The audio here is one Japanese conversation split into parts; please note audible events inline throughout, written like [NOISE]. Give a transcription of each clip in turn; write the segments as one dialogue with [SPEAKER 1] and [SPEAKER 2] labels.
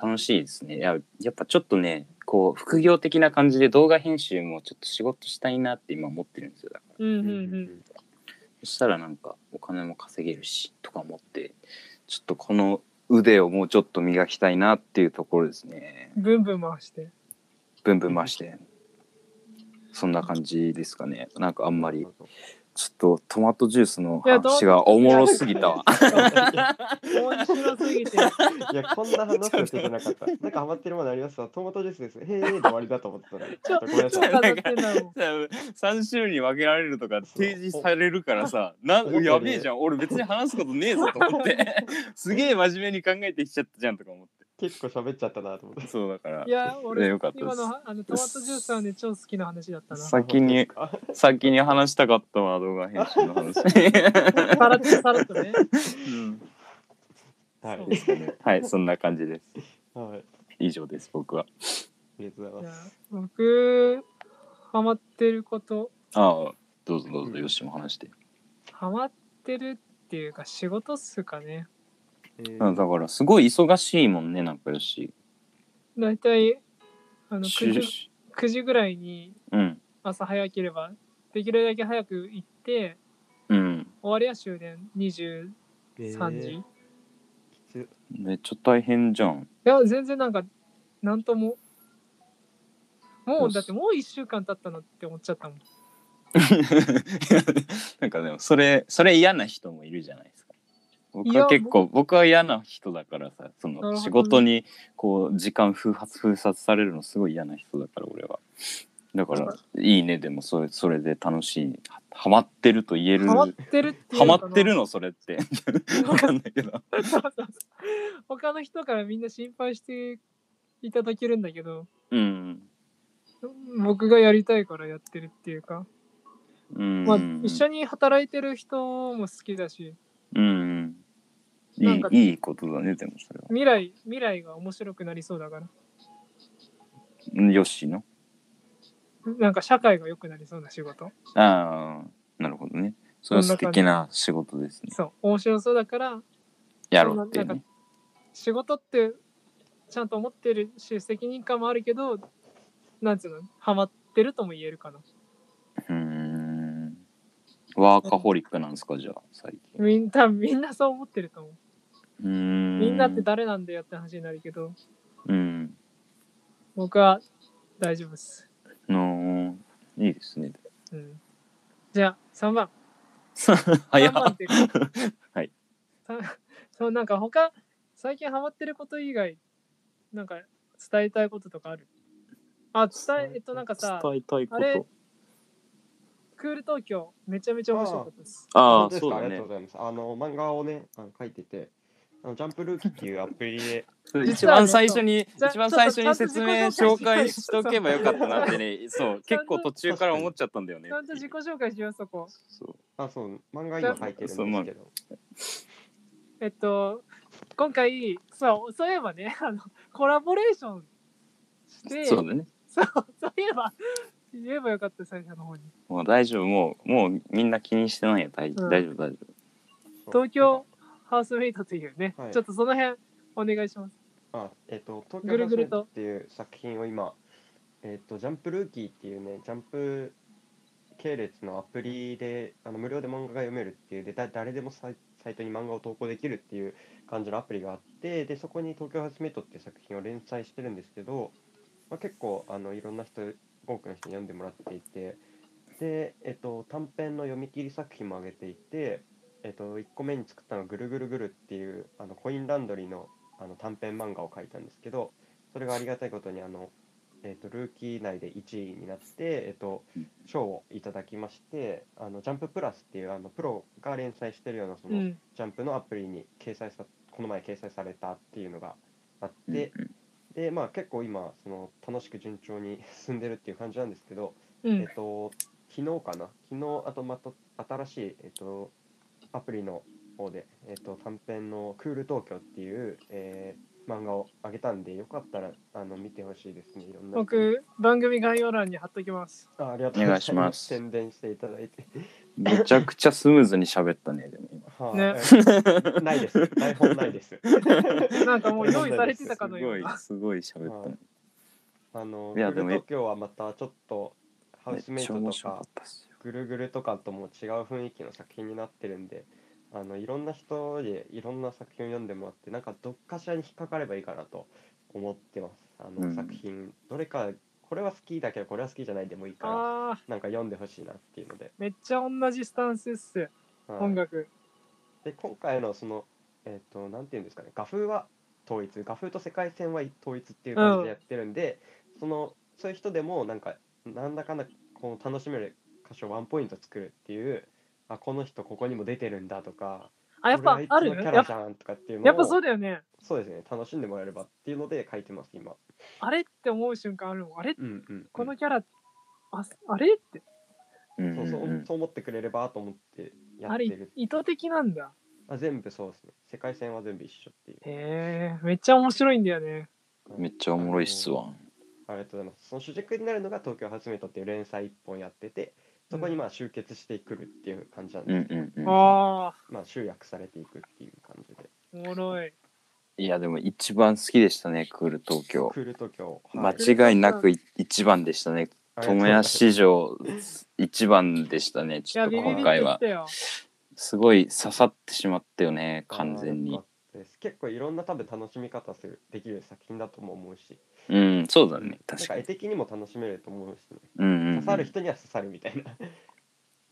[SPEAKER 1] 楽しいですね。いや、やっぱちょっとね、こう、副業的な感じで動画編集もちょっと仕事したいなって今思ってるんですよ。だから
[SPEAKER 2] うんうんうん。
[SPEAKER 1] そしたらなんかお金も稼げるし、とか思って、ちょっとこの腕をもうちょっと磨きたいなっていうところですね。
[SPEAKER 2] ブンブン回して。
[SPEAKER 1] ブンブン回して。そんな感じですかね。なんかあんま [LAUGHS] り、ちょっとトマトジュースの
[SPEAKER 2] いやどう
[SPEAKER 1] 話がおもろすぎたわ。
[SPEAKER 2] 面白すぎて。
[SPEAKER 3] いや、こんな話をしてなかった。なんかハマってるものありますかトマトジュースです。へえ、で終わりだと思ってたのに。ちょっとごめんな
[SPEAKER 2] ち
[SPEAKER 3] さ
[SPEAKER 2] ょっ
[SPEAKER 3] い。
[SPEAKER 2] と当たってんだもん。
[SPEAKER 1] [LAUGHS] 3週に分けられるとか提示されるからさな
[SPEAKER 3] 思ったより
[SPEAKER 1] やべえじゃん俺別に話すことねえぞと思ってすげえ真面目に考えてきちゃったじゃんとか思っ
[SPEAKER 3] 結構喋っちゃったなと思って
[SPEAKER 1] て。そうだから
[SPEAKER 2] いや、
[SPEAKER 1] ね
[SPEAKER 2] 俺
[SPEAKER 1] よかっ、たで
[SPEAKER 2] 今
[SPEAKER 1] す
[SPEAKER 2] のはあのトマトジュースはね、超好きな話だったな。
[SPEAKER 1] 先に先に話したかったわ動画編集の話、
[SPEAKER 2] [LAUGHS] さらっとさらっとね。
[SPEAKER 1] うん
[SPEAKER 3] はい。
[SPEAKER 2] そう
[SPEAKER 1] ですか [LAUGHS] ねはいそんな感じです
[SPEAKER 3] はい。あ
[SPEAKER 1] 以上です僕は
[SPEAKER 3] りがとうご
[SPEAKER 2] い
[SPEAKER 3] ざ
[SPEAKER 2] や
[SPEAKER 3] います。
[SPEAKER 2] 僕、ハマってること、
[SPEAKER 1] ああどうぞどうぞよしも話して、
[SPEAKER 2] ハマってるっていうか、仕事っすかね。
[SPEAKER 3] えー
[SPEAKER 1] あだからすごい忙しいもんねなんかよし
[SPEAKER 2] だいたい、あの
[SPEAKER 1] し
[SPEAKER 2] 9時、9時ぐらいに
[SPEAKER 1] うん
[SPEAKER 2] 朝早ければ、できるだけ早く行って、
[SPEAKER 1] うん
[SPEAKER 2] 終わりは終電23
[SPEAKER 3] えー
[SPEAKER 2] 時。い
[SPEAKER 3] きつ
[SPEAKER 1] めっちゃ大変じゃん
[SPEAKER 2] や、全然なんか、なんとも。もう、だってもう1週間経ったのって思っちゃったもん。
[SPEAKER 1] [LAUGHS] なんかでもそれそれ嫌な人もいるじゃないですか。僕
[SPEAKER 2] いや
[SPEAKER 1] は結構僕は嫌な人だからさそ
[SPEAKER 2] なるほど
[SPEAKER 1] の
[SPEAKER 2] ね
[SPEAKER 1] 仕事にこう時間封殺封殺されるのすごい嫌な人だから俺は。だからいいねでもそれそれで楽しいはハマってると言える
[SPEAKER 2] ハマってるっていう
[SPEAKER 1] ハ
[SPEAKER 2] の
[SPEAKER 1] マ
[SPEAKER 2] か
[SPEAKER 1] っ
[SPEAKER 2] な
[SPEAKER 1] てるのそれって
[SPEAKER 2] [LAUGHS]
[SPEAKER 1] わかんないけど。
[SPEAKER 2] 他の人からみんな心配していただけるんだけど
[SPEAKER 1] うん。
[SPEAKER 2] 僕がやりたいからやってるっていうか、
[SPEAKER 1] うん。
[SPEAKER 2] まあ、一緒に働いてる人も好きだし
[SPEAKER 1] うん。い
[SPEAKER 2] なん
[SPEAKER 1] い
[SPEAKER 2] か
[SPEAKER 1] いいことだねでもそれ
[SPEAKER 2] 未来未来が面白くなりそうだから
[SPEAKER 1] は。よしの。
[SPEAKER 2] なんか社会が良くなりそうな仕事
[SPEAKER 1] ああなるほどね。それは素敵な仕事ですね。
[SPEAKER 2] そう面白そうだから
[SPEAKER 1] やろうっていう
[SPEAKER 2] そんななん
[SPEAKER 1] ね
[SPEAKER 2] か。仕事ってちゃんと思ってるし責任感もあるけどなんつうのハマってるとも言えるかな
[SPEAKER 1] うーんワーカホリックなんですかじゃあ最近。
[SPEAKER 2] みん多分みんなそう思ってると思
[SPEAKER 1] うー
[SPEAKER 2] うんみんなって誰なんだよって話になるけど
[SPEAKER 1] うん。
[SPEAKER 2] 僕は大丈夫です。
[SPEAKER 1] のーいいです [LAUGHS] ね。
[SPEAKER 2] うん、じゃあ3番。
[SPEAKER 1] 早
[SPEAKER 2] 3番
[SPEAKER 1] っ
[SPEAKER 2] っていうか
[SPEAKER 1] [LAUGHS] はい。
[SPEAKER 2] さそうなんか他最近ハマってること以外なんか伝えたいこととかあるあ伝ええっとなんかさ
[SPEAKER 1] 伝えたいこ
[SPEAKER 2] あれ
[SPEAKER 1] と。
[SPEAKER 2] クール東京めちゃめちゃ面白かったです。
[SPEAKER 1] ああ
[SPEAKER 3] 本当ですか
[SPEAKER 1] そうだ
[SPEAKER 3] ありが
[SPEAKER 1] ね
[SPEAKER 3] とう。ございます。あの、漫画をね、あの書いてて、あのジャンプルーキーっていうアプリで、
[SPEAKER 1] 一番最初に
[SPEAKER 2] じゃあ
[SPEAKER 1] 一番最初
[SPEAKER 2] ちょ
[SPEAKER 1] に
[SPEAKER 2] っと
[SPEAKER 1] 説明
[SPEAKER 2] ちゃ
[SPEAKER 1] 紹
[SPEAKER 2] んと自己紹介
[SPEAKER 1] 介しておけばよかったなってね。そう結構途中から思っちゃったんだよね
[SPEAKER 2] ち。ゃんと自己紹介しようそこ。
[SPEAKER 1] そう
[SPEAKER 3] あ、そう、漫画今書いてるんです
[SPEAKER 1] そうまあ
[SPEAKER 3] けど、
[SPEAKER 2] えっと今回そうそういえばね [LAUGHS] あのコラボレーションして
[SPEAKER 1] そうだね。
[SPEAKER 2] そうそういえば言えばよかった最初の方に。
[SPEAKER 1] もう大丈夫もうもうみんな気にしてないよ大
[SPEAKER 2] うん
[SPEAKER 1] 大丈夫大丈夫。
[SPEAKER 3] そう
[SPEAKER 2] 東京ハウスメイトというね、
[SPEAKER 3] はい
[SPEAKER 2] ちょっとその辺お願いします。
[SPEAKER 3] あ、えっ、と、東
[SPEAKER 2] ぐ
[SPEAKER 3] 京
[SPEAKER 2] る
[SPEAKER 3] ラ
[SPEAKER 2] ぐ
[SPEAKER 3] スメ
[SPEAKER 2] る
[SPEAKER 3] ン
[SPEAKER 2] と
[SPEAKER 3] っていう作品を今、えっ、と、ジャンプルーキーっていうね、ジャンプ系列のアプリで、あの無料で漫画が読めるっていう、で、だ誰でもサイサイトに漫画を投稿できるっていう感じのアプリがあって、で、そこに東京ハウスメイトっていう作品を連載してるんですけど、まあ、結構、あの、いろんな人、多くの人に読んでもらっていて、で、えっ、と、短編の読み切り作品も上げていて、えっ、と、1個目に作ったのがぐるぐるぐるっていう、あの、コインランドリーのあの短編漫画を書いたんですけどそれがありがたいことにあの、えー、とルーキー内で1位になって、えー、と
[SPEAKER 1] うん
[SPEAKER 3] 賞をいただきましてあのジャンププラスっていうあのプロが連載してるようなその、
[SPEAKER 2] うん。
[SPEAKER 3] ジャンプのアプリに掲載さこの前掲載されたっていうのがあって、
[SPEAKER 1] うん
[SPEAKER 3] でまあ結構今その楽しく順調に [LAUGHS] 進んでるっていう感じなんですけど、
[SPEAKER 2] う
[SPEAKER 3] え
[SPEAKER 2] ん
[SPEAKER 3] っ、。と昨日かな昨日あとまた新しい、えっと、アプリの方で、えっと、短編の「クール東京」っていう、えー漫画をあげたんでよかったらあの見てほしいですねいろんな
[SPEAKER 2] 僕、番組概要欄に貼っときます。
[SPEAKER 3] あありがとうご
[SPEAKER 1] お願
[SPEAKER 3] ざいま
[SPEAKER 1] い
[SPEAKER 3] す
[SPEAKER 1] します
[SPEAKER 3] 宣伝していただいて
[SPEAKER 1] めちゃくちゃスムーズに喋ったねでも今。
[SPEAKER 3] は
[SPEAKER 2] ね
[SPEAKER 3] あえ [LAUGHS] ないです。台本ないです。
[SPEAKER 2] なんかもう用意されてた
[SPEAKER 1] す
[SPEAKER 2] かのよ
[SPEAKER 1] ご
[SPEAKER 2] う
[SPEAKER 1] い
[SPEAKER 2] な。
[SPEAKER 1] すごい喋った
[SPEAKER 3] [LAUGHS]
[SPEAKER 1] ね
[SPEAKER 3] あの、
[SPEAKER 1] いやでも
[SPEAKER 3] フル東京はまたちょっとハ
[SPEAKER 1] め
[SPEAKER 3] ウ
[SPEAKER 1] っ
[SPEAKER 3] スメイ
[SPEAKER 1] ちゃ
[SPEAKER 3] ト
[SPEAKER 1] 面
[SPEAKER 3] と
[SPEAKER 1] 白か
[SPEAKER 3] か
[SPEAKER 1] ったっすよ
[SPEAKER 3] ぐるぐるとかとも違う雰囲気の作品になってるんで、あのいろんな人でいろんな作品を読んでもらって、なんかどっかしらに引っかかればいいかなと思ってます。あの、
[SPEAKER 1] うん
[SPEAKER 3] 作品どれかこれは好きだけどこれは好きじゃないでもいいから、
[SPEAKER 2] ああ、
[SPEAKER 3] なんか読んでほしいなっていうので。
[SPEAKER 2] めっちゃ同じスタンスっす。
[SPEAKER 3] はい
[SPEAKER 2] 音楽。
[SPEAKER 3] で今回のそのえっ、となんていうんですかね画風は統一画風と世界線は統一っていう感じでやってるんで、そのそういう人でもなんかなんだかんだこう楽しめる箇所をワンポイント作るっていうあこの人ここにも出てるんだとか
[SPEAKER 2] あ、やっぱ
[SPEAKER 3] これ
[SPEAKER 2] あ
[SPEAKER 3] あいつ
[SPEAKER 2] る
[SPEAKER 3] のキャ
[SPEAKER 2] や
[SPEAKER 3] ラ
[SPEAKER 2] っ
[SPEAKER 3] じ
[SPEAKER 2] ぱ
[SPEAKER 3] ゃんとかっていうのを
[SPEAKER 2] やっぱそうだよね。
[SPEAKER 3] そうですね楽しんでもらえればっていうので書いてます今。
[SPEAKER 2] あれって思う瞬間あるもん。あれ
[SPEAKER 3] うんうん、
[SPEAKER 2] このキャラ、ああれって、
[SPEAKER 1] うん
[SPEAKER 3] そう
[SPEAKER 1] う
[SPEAKER 3] そ
[SPEAKER 1] んう
[SPEAKER 3] うんそう思ってくれればと思ってやっ
[SPEAKER 2] あ
[SPEAKER 3] て
[SPEAKER 2] れ
[SPEAKER 3] る
[SPEAKER 2] 意図的なんだ。
[SPEAKER 3] あ全部そうですね世界線は全部一緒っていう。
[SPEAKER 2] へえ、めっちゃ面白いんだよね。
[SPEAKER 1] めっちゃおもろいっすわ
[SPEAKER 3] ありがとうございます。その主軸になるのが東京ハウスメイトっていう連載一本やってて、そこにまあ集結してくるっていう感じなん
[SPEAKER 1] うん
[SPEAKER 3] ですけど、
[SPEAKER 1] うんうん
[SPEAKER 2] ああ、
[SPEAKER 3] まあ集約されていくっていう感じで。
[SPEAKER 2] おもろい。
[SPEAKER 1] いやでも一番好きでしたねクール東京
[SPEAKER 3] クール東京。はい
[SPEAKER 1] 間違いなくい一番でしたね
[SPEAKER 3] ありがとう
[SPEAKER 1] 友
[SPEAKER 3] ございま
[SPEAKER 1] 谷
[SPEAKER 3] す
[SPEAKER 1] 史上一番でした
[SPEAKER 3] [LAUGHS]
[SPEAKER 1] ね
[SPEAKER 2] い
[SPEAKER 1] ちょ
[SPEAKER 2] や、
[SPEAKER 1] っと
[SPEAKER 2] ビビ
[SPEAKER 1] 今
[SPEAKER 2] ビっ
[SPEAKER 1] 回
[SPEAKER 2] てき
[SPEAKER 1] は
[SPEAKER 2] たよ。
[SPEAKER 1] すごい刺さってしまったよね完全
[SPEAKER 3] あー
[SPEAKER 1] に
[SPEAKER 3] よかったです結構いろんな多分楽しみ方するできる作品だとも思うし、
[SPEAKER 1] うんそうだ
[SPEAKER 3] なん
[SPEAKER 1] ね
[SPEAKER 3] か
[SPEAKER 1] 確か
[SPEAKER 3] 絵
[SPEAKER 1] に
[SPEAKER 3] 的にも楽しめると思うしね、
[SPEAKER 1] うんうん
[SPEAKER 3] 刺さる人には刺さるみたいな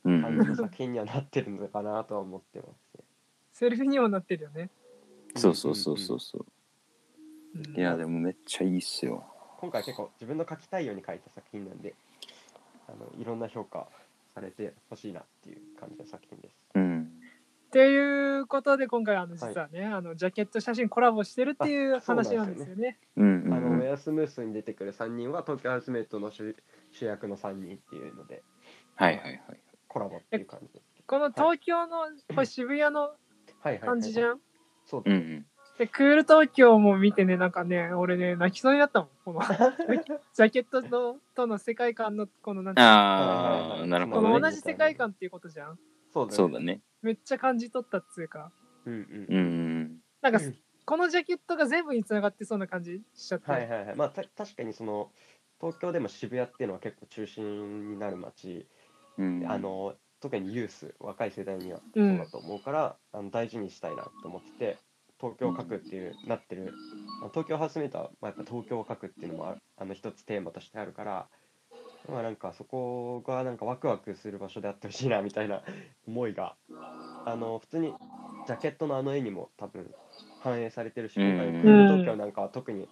[SPEAKER 1] うんうん
[SPEAKER 3] 感じの作品にはなってるのかなとは思ってますね。
[SPEAKER 2] セルフにもなってるよね。
[SPEAKER 1] そうそうそうそうそう
[SPEAKER 2] うん
[SPEAKER 1] いやでもめっちゃいいっすよ
[SPEAKER 3] 今回結構自分の書きたいように書いた作品なんであのいろんな評価されてほしいなっていう感じの作品です。
[SPEAKER 1] うん
[SPEAKER 2] っていうことで今回あの実はね、あのジャケット写真コラボしてるっていう
[SPEAKER 3] あそうなん
[SPEAKER 2] 話
[SPEAKER 3] ですよ
[SPEAKER 2] な
[SPEAKER 3] ね
[SPEAKER 2] んですよね。
[SPEAKER 1] うんう
[SPEAKER 3] あのウ
[SPEAKER 1] んうん
[SPEAKER 3] ェアスムースに出てくる3人は東京ハウスメイトの主主役の3人っていうので
[SPEAKER 1] はいはいはい
[SPEAKER 3] コラボっていう感じです。
[SPEAKER 2] この東京の、これ渋谷の
[SPEAKER 3] はいはいはい、
[SPEAKER 2] 感じじゃん、
[SPEAKER 3] そう
[SPEAKER 1] う
[SPEAKER 3] で
[SPEAKER 1] んう
[SPEAKER 3] す。
[SPEAKER 1] ん
[SPEAKER 2] でクール東京も見てねなんかね俺ね泣きそうになったもんこの [LAUGHS] ジャケットのとの世界観のこのなんていうの
[SPEAKER 3] はいはい
[SPEAKER 1] あ
[SPEAKER 3] は
[SPEAKER 1] あ
[SPEAKER 3] い
[SPEAKER 1] なる
[SPEAKER 2] こ
[SPEAKER 1] ほ
[SPEAKER 2] の
[SPEAKER 1] ど
[SPEAKER 2] 同
[SPEAKER 1] ね
[SPEAKER 2] じ世界観っていうことじゃん
[SPEAKER 3] そうだね。
[SPEAKER 1] そうだね
[SPEAKER 2] めっちゃ感じ取ったっつうか
[SPEAKER 3] うん
[SPEAKER 1] うん
[SPEAKER 3] うん。
[SPEAKER 1] うん
[SPEAKER 2] なんか、
[SPEAKER 3] うん
[SPEAKER 2] このジャケットが全部につながってそうな感じしちゃった、
[SPEAKER 3] はいはいはい。まあた確かにその東京でも渋谷っていうのは結構中心になる街
[SPEAKER 1] うんうん
[SPEAKER 3] あの特にユース若い世代には
[SPEAKER 2] う
[SPEAKER 3] そ
[SPEAKER 2] ん
[SPEAKER 3] うだと思うから、あの大事にしたいなと思ってて東京を書くっていう、なってるあの東京ハウスメーターは、まあ、やっぱ東京を書くっていうのもああの一つテーマとしてあるから、まあ、なんかそこがなんかワクワクする場所であってほしいなみたいな思いがあの普通にジャケットのあの絵にも多分反映されてるし、
[SPEAKER 1] うん
[SPEAKER 3] 今回のクール東京なんかは特に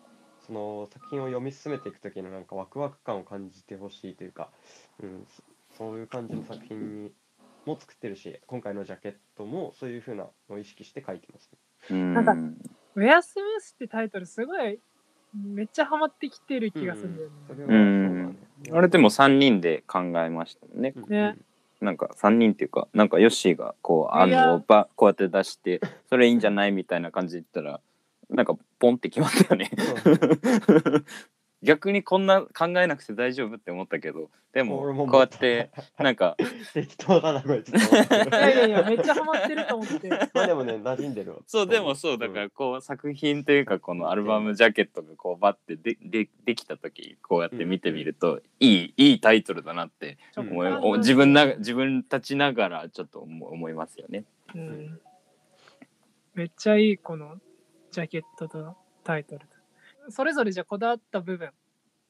[SPEAKER 3] その作品を読み進めていく時のなんかワクワク感を感じてほしいというか、うん、そそういう感じの作品にも作ってるし今回のジャケットもそういう風なのを意識して書いてます、ね、
[SPEAKER 1] うん
[SPEAKER 2] なんかウェアスムースってタイトルすごいめっちゃハマってきてる気がするんだよね、
[SPEAKER 3] それ
[SPEAKER 1] う
[SPEAKER 3] はそうだね
[SPEAKER 1] んあれでも3人で考えましたね
[SPEAKER 3] うん
[SPEAKER 2] ね
[SPEAKER 1] なんか3人っていうかなんかヨッシーがこう
[SPEAKER 2] いや
[SPEAKER 1] 案をばこうやって出してそれいいんじゃないみたいな感じで言ったらなんかポンって決まったよね
[SPEAKER 3] そうそう
[SPEAKER 1] 逆にこんな考えなくて大丈夫って思ったけどで
[SPEAKER 3] 俺
[SPEAKER 1] も
[SPEAKER 3] も
[SPEAKER 1] こうやってなんか
[SPEAKER 3] 適当だなこいつ
[SPEAKER 2] いやいやいやめっちゃハマってると思って
[SPEAKER 3] まあでもね馴染んでるわ
[SPEAKER 1] そうでもそうだからこう作品というかこのアルバムジャケットがこうバッてででできた時こうやって見てみるといいいいタイトルだなって
[SPEAKER 2] ちょっと
[SPEAKER 1] 思い
[SPEAKER 3] うん
[SPEAKER 1] お自分な自分たちながらちょっと思思いますよね。
[SPEAKER 2] うんめっちゃいいこのジャケットとタイトルとそれぞれじゃあこだわった部分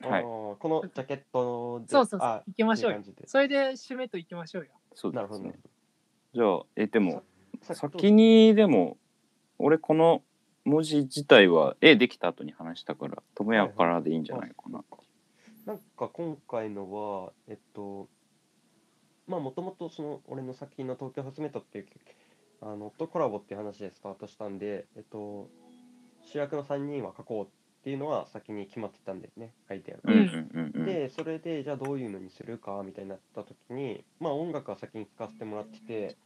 [SPEAKER 3] うん
[SPEAKER 1] はい
[SPEAKER 3] あのこのジャケットで
[SPEAKER 2] そうそうそう
[SPEAKER 3] あ
[SPEAKER 2] 行きましょう
[SPEAKER 3] いい
[SPEAKER 2] よ
[SPEAKER 3] 感じで
[SPEAKER 2] それで締めといきましょうよ
[SPEAKER 1] そう
[SPEAKER 3] な
[SPEAKER 1] で
[SPEAKER 3] るほ
[SPEAKER 1] す
[SPEAKER 3] ど
[SPEAKER 1] ね
[SPEAKER 3] ね。
[SPEAKER 1] じゃあえでも
[SPEAKER 3] さ
[SPEAKER 1] 先にでも俺この文字自体は絵できた後に話したから友也からでいいんじゃないかな。
[SPEAKER 3] なんか今回のはえっとまあもともとその俺の作品の「東京ハウスメイト」っていうあのとコラボっていう話でスタートしたんでえっと主役の3人は書こうっていうのは先に決まってたんだよね書いてある
[SPEAKER 1] うんうんうんうん。
[SPEAKER 3] でそれでじゃあどういうのにするかみたいになった時にまあ音楽は先に聴かせてもらってて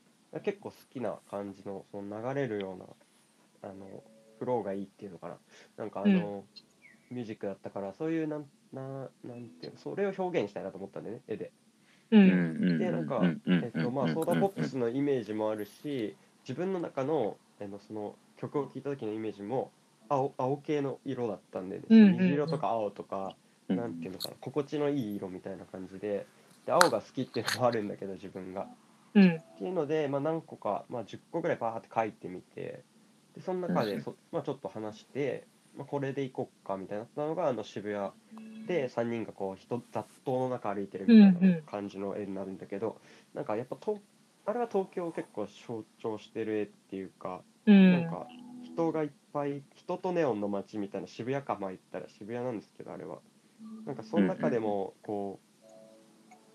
[SPEAKER 3] 結構好きな感じのその流れるようなあのフローがいいっていうのかななんかあの、ミュージックだったからそういうなんななんていうのそれを表現したいなと思ったんでね絵で。
[SPEAKER 2] う
[SPEAKER 1] うんんうんうんうん
[SPEAKER 3] でなんか、えっとまあ、ソーダポップスのイメージもあるし自分の中のあのその曲を聴いた時のイメージも青青系の色だったんで、ね
[SPEAKER 2] うんうんうん
[SPEAKER 3] 虹色とか青と
[SPEAKER 1] う
[SPEAKER 3] か、
[SPEAKER 1] ん
[SPEAKER 3] なんていうのかな心地のいい色みたいな感じでで青が好きっていうのもあるんだけど自分が。
[SPEAKER 2] うん。
[SPEAKER 3] っていうので、まあ、何個か、まあ、10個ぐらいバーって書いてみてでその中でそ、まあ、ちょっと話して、まあ、これでいこっかみたいになったのがあの渋谷で3人がこう人雑踏の中歩いてるみた
[SPEAKER 2] う
[SPEAKER 3] い
[SPEAKER 2] んうん
[SPEAKER 3] な感じの絵になるんだけど、なんかやっぱとあれは東京を結構象徴してる絵っていうか、
[SPEAKER 2] う
[SPEAKER 3] なん
[SPEAKER 2] ん。
[SPEAKER 3] か人がいっぱい人とネオンの街みたいな渋谷かまあ行ったら渋谷なんですけどあれはなんかその中でもこ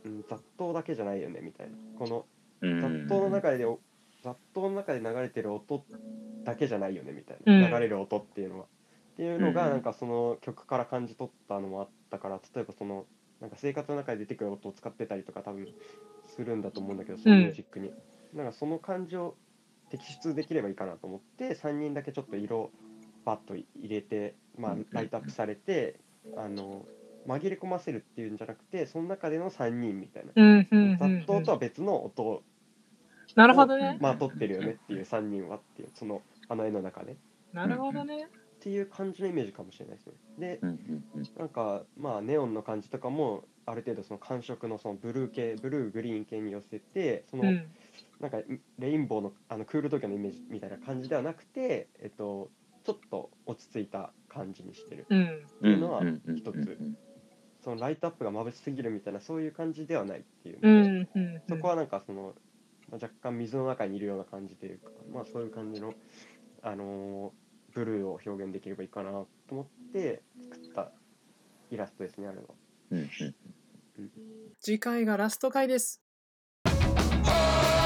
[SPEAKER 3] う、うん、雑踏だけじゃないよねみたいなこの
[SPEAKER 1] うん
[SPEAKER 3] 雑踏の中でお雑踏の中で流れてる音だけじゃないよねみたい
[SPEAKER 2] うん
[SPEAKER 3] な流れる音っていうのは、っていうの
[SPEAKER 1] う
[SPEAKER 3] が
[SPEAKER 1] ん
[SPEAKER 3] なんかその曲から感じ取ったのもあったから例えばそのなんか生活の中で出てくる音を使ってたりとか多分するんだと思うんだけどそのミュージックに、なんかその感じを摘出できればいいかなと思って3人だけちょっと色バッと入れて、まあ
[SPEAKER 1] うん、
[SPEAKER 3] ライトアップされてあの紛れ込ませるっていうんじゃなくてその中での3人みたいな。
[SPEAKER 2] うん。うん。うん
[SPEAKER 3] 雑踏とは別の音を
[SPEAKER 2] なるほどね。
[SPEAKER 3] まあ撮ってるよねっていう3人はっていうそのあの絵の中で、
[SPEAKER 2] なるほどね。
[SPEAKER 3] っていう感じのイメージかもしれないですね。で
[SPEAKER 1] うんうんうん
[SPEAKER 3] なんかまあネオンの感じとかもある程度その感触のそのブルー系ブルーグリーン系に寄せてその
[SPEAKER 2] うん。
[SPEAKER 3] なんかレインボーのあのクール東京のイメージみたいな感じではなくてえっとちょっと落ち着いた感じにしてる
[SPEAKER 2] うん。
[SPEAKER 1] うん
[SPEAKER 3] いうのは
[SPEAKER 1] うんうん
[SPEAKER 3] 一つ
[SPEAKER 1] うん
[SPEAKER 3] そのライトアップが眩しすぎるみたいなそういう感じではないっていう
[SPEAKER 2] う
[SPEAKER 3] ので、
[SPEAKER 2] ん。うん。
[SPEAKER 3] そこはなんかその、まあ、若干水の中にいるような感じというか、まあ、そういう感じの、あのーブルーを表現できればいいかなと思って作ったイラストですねあれは。
[SPEAKER 1] うんうん
[SPEAKER 2] 次回がラスト回です。
[SPEAKER 4] 「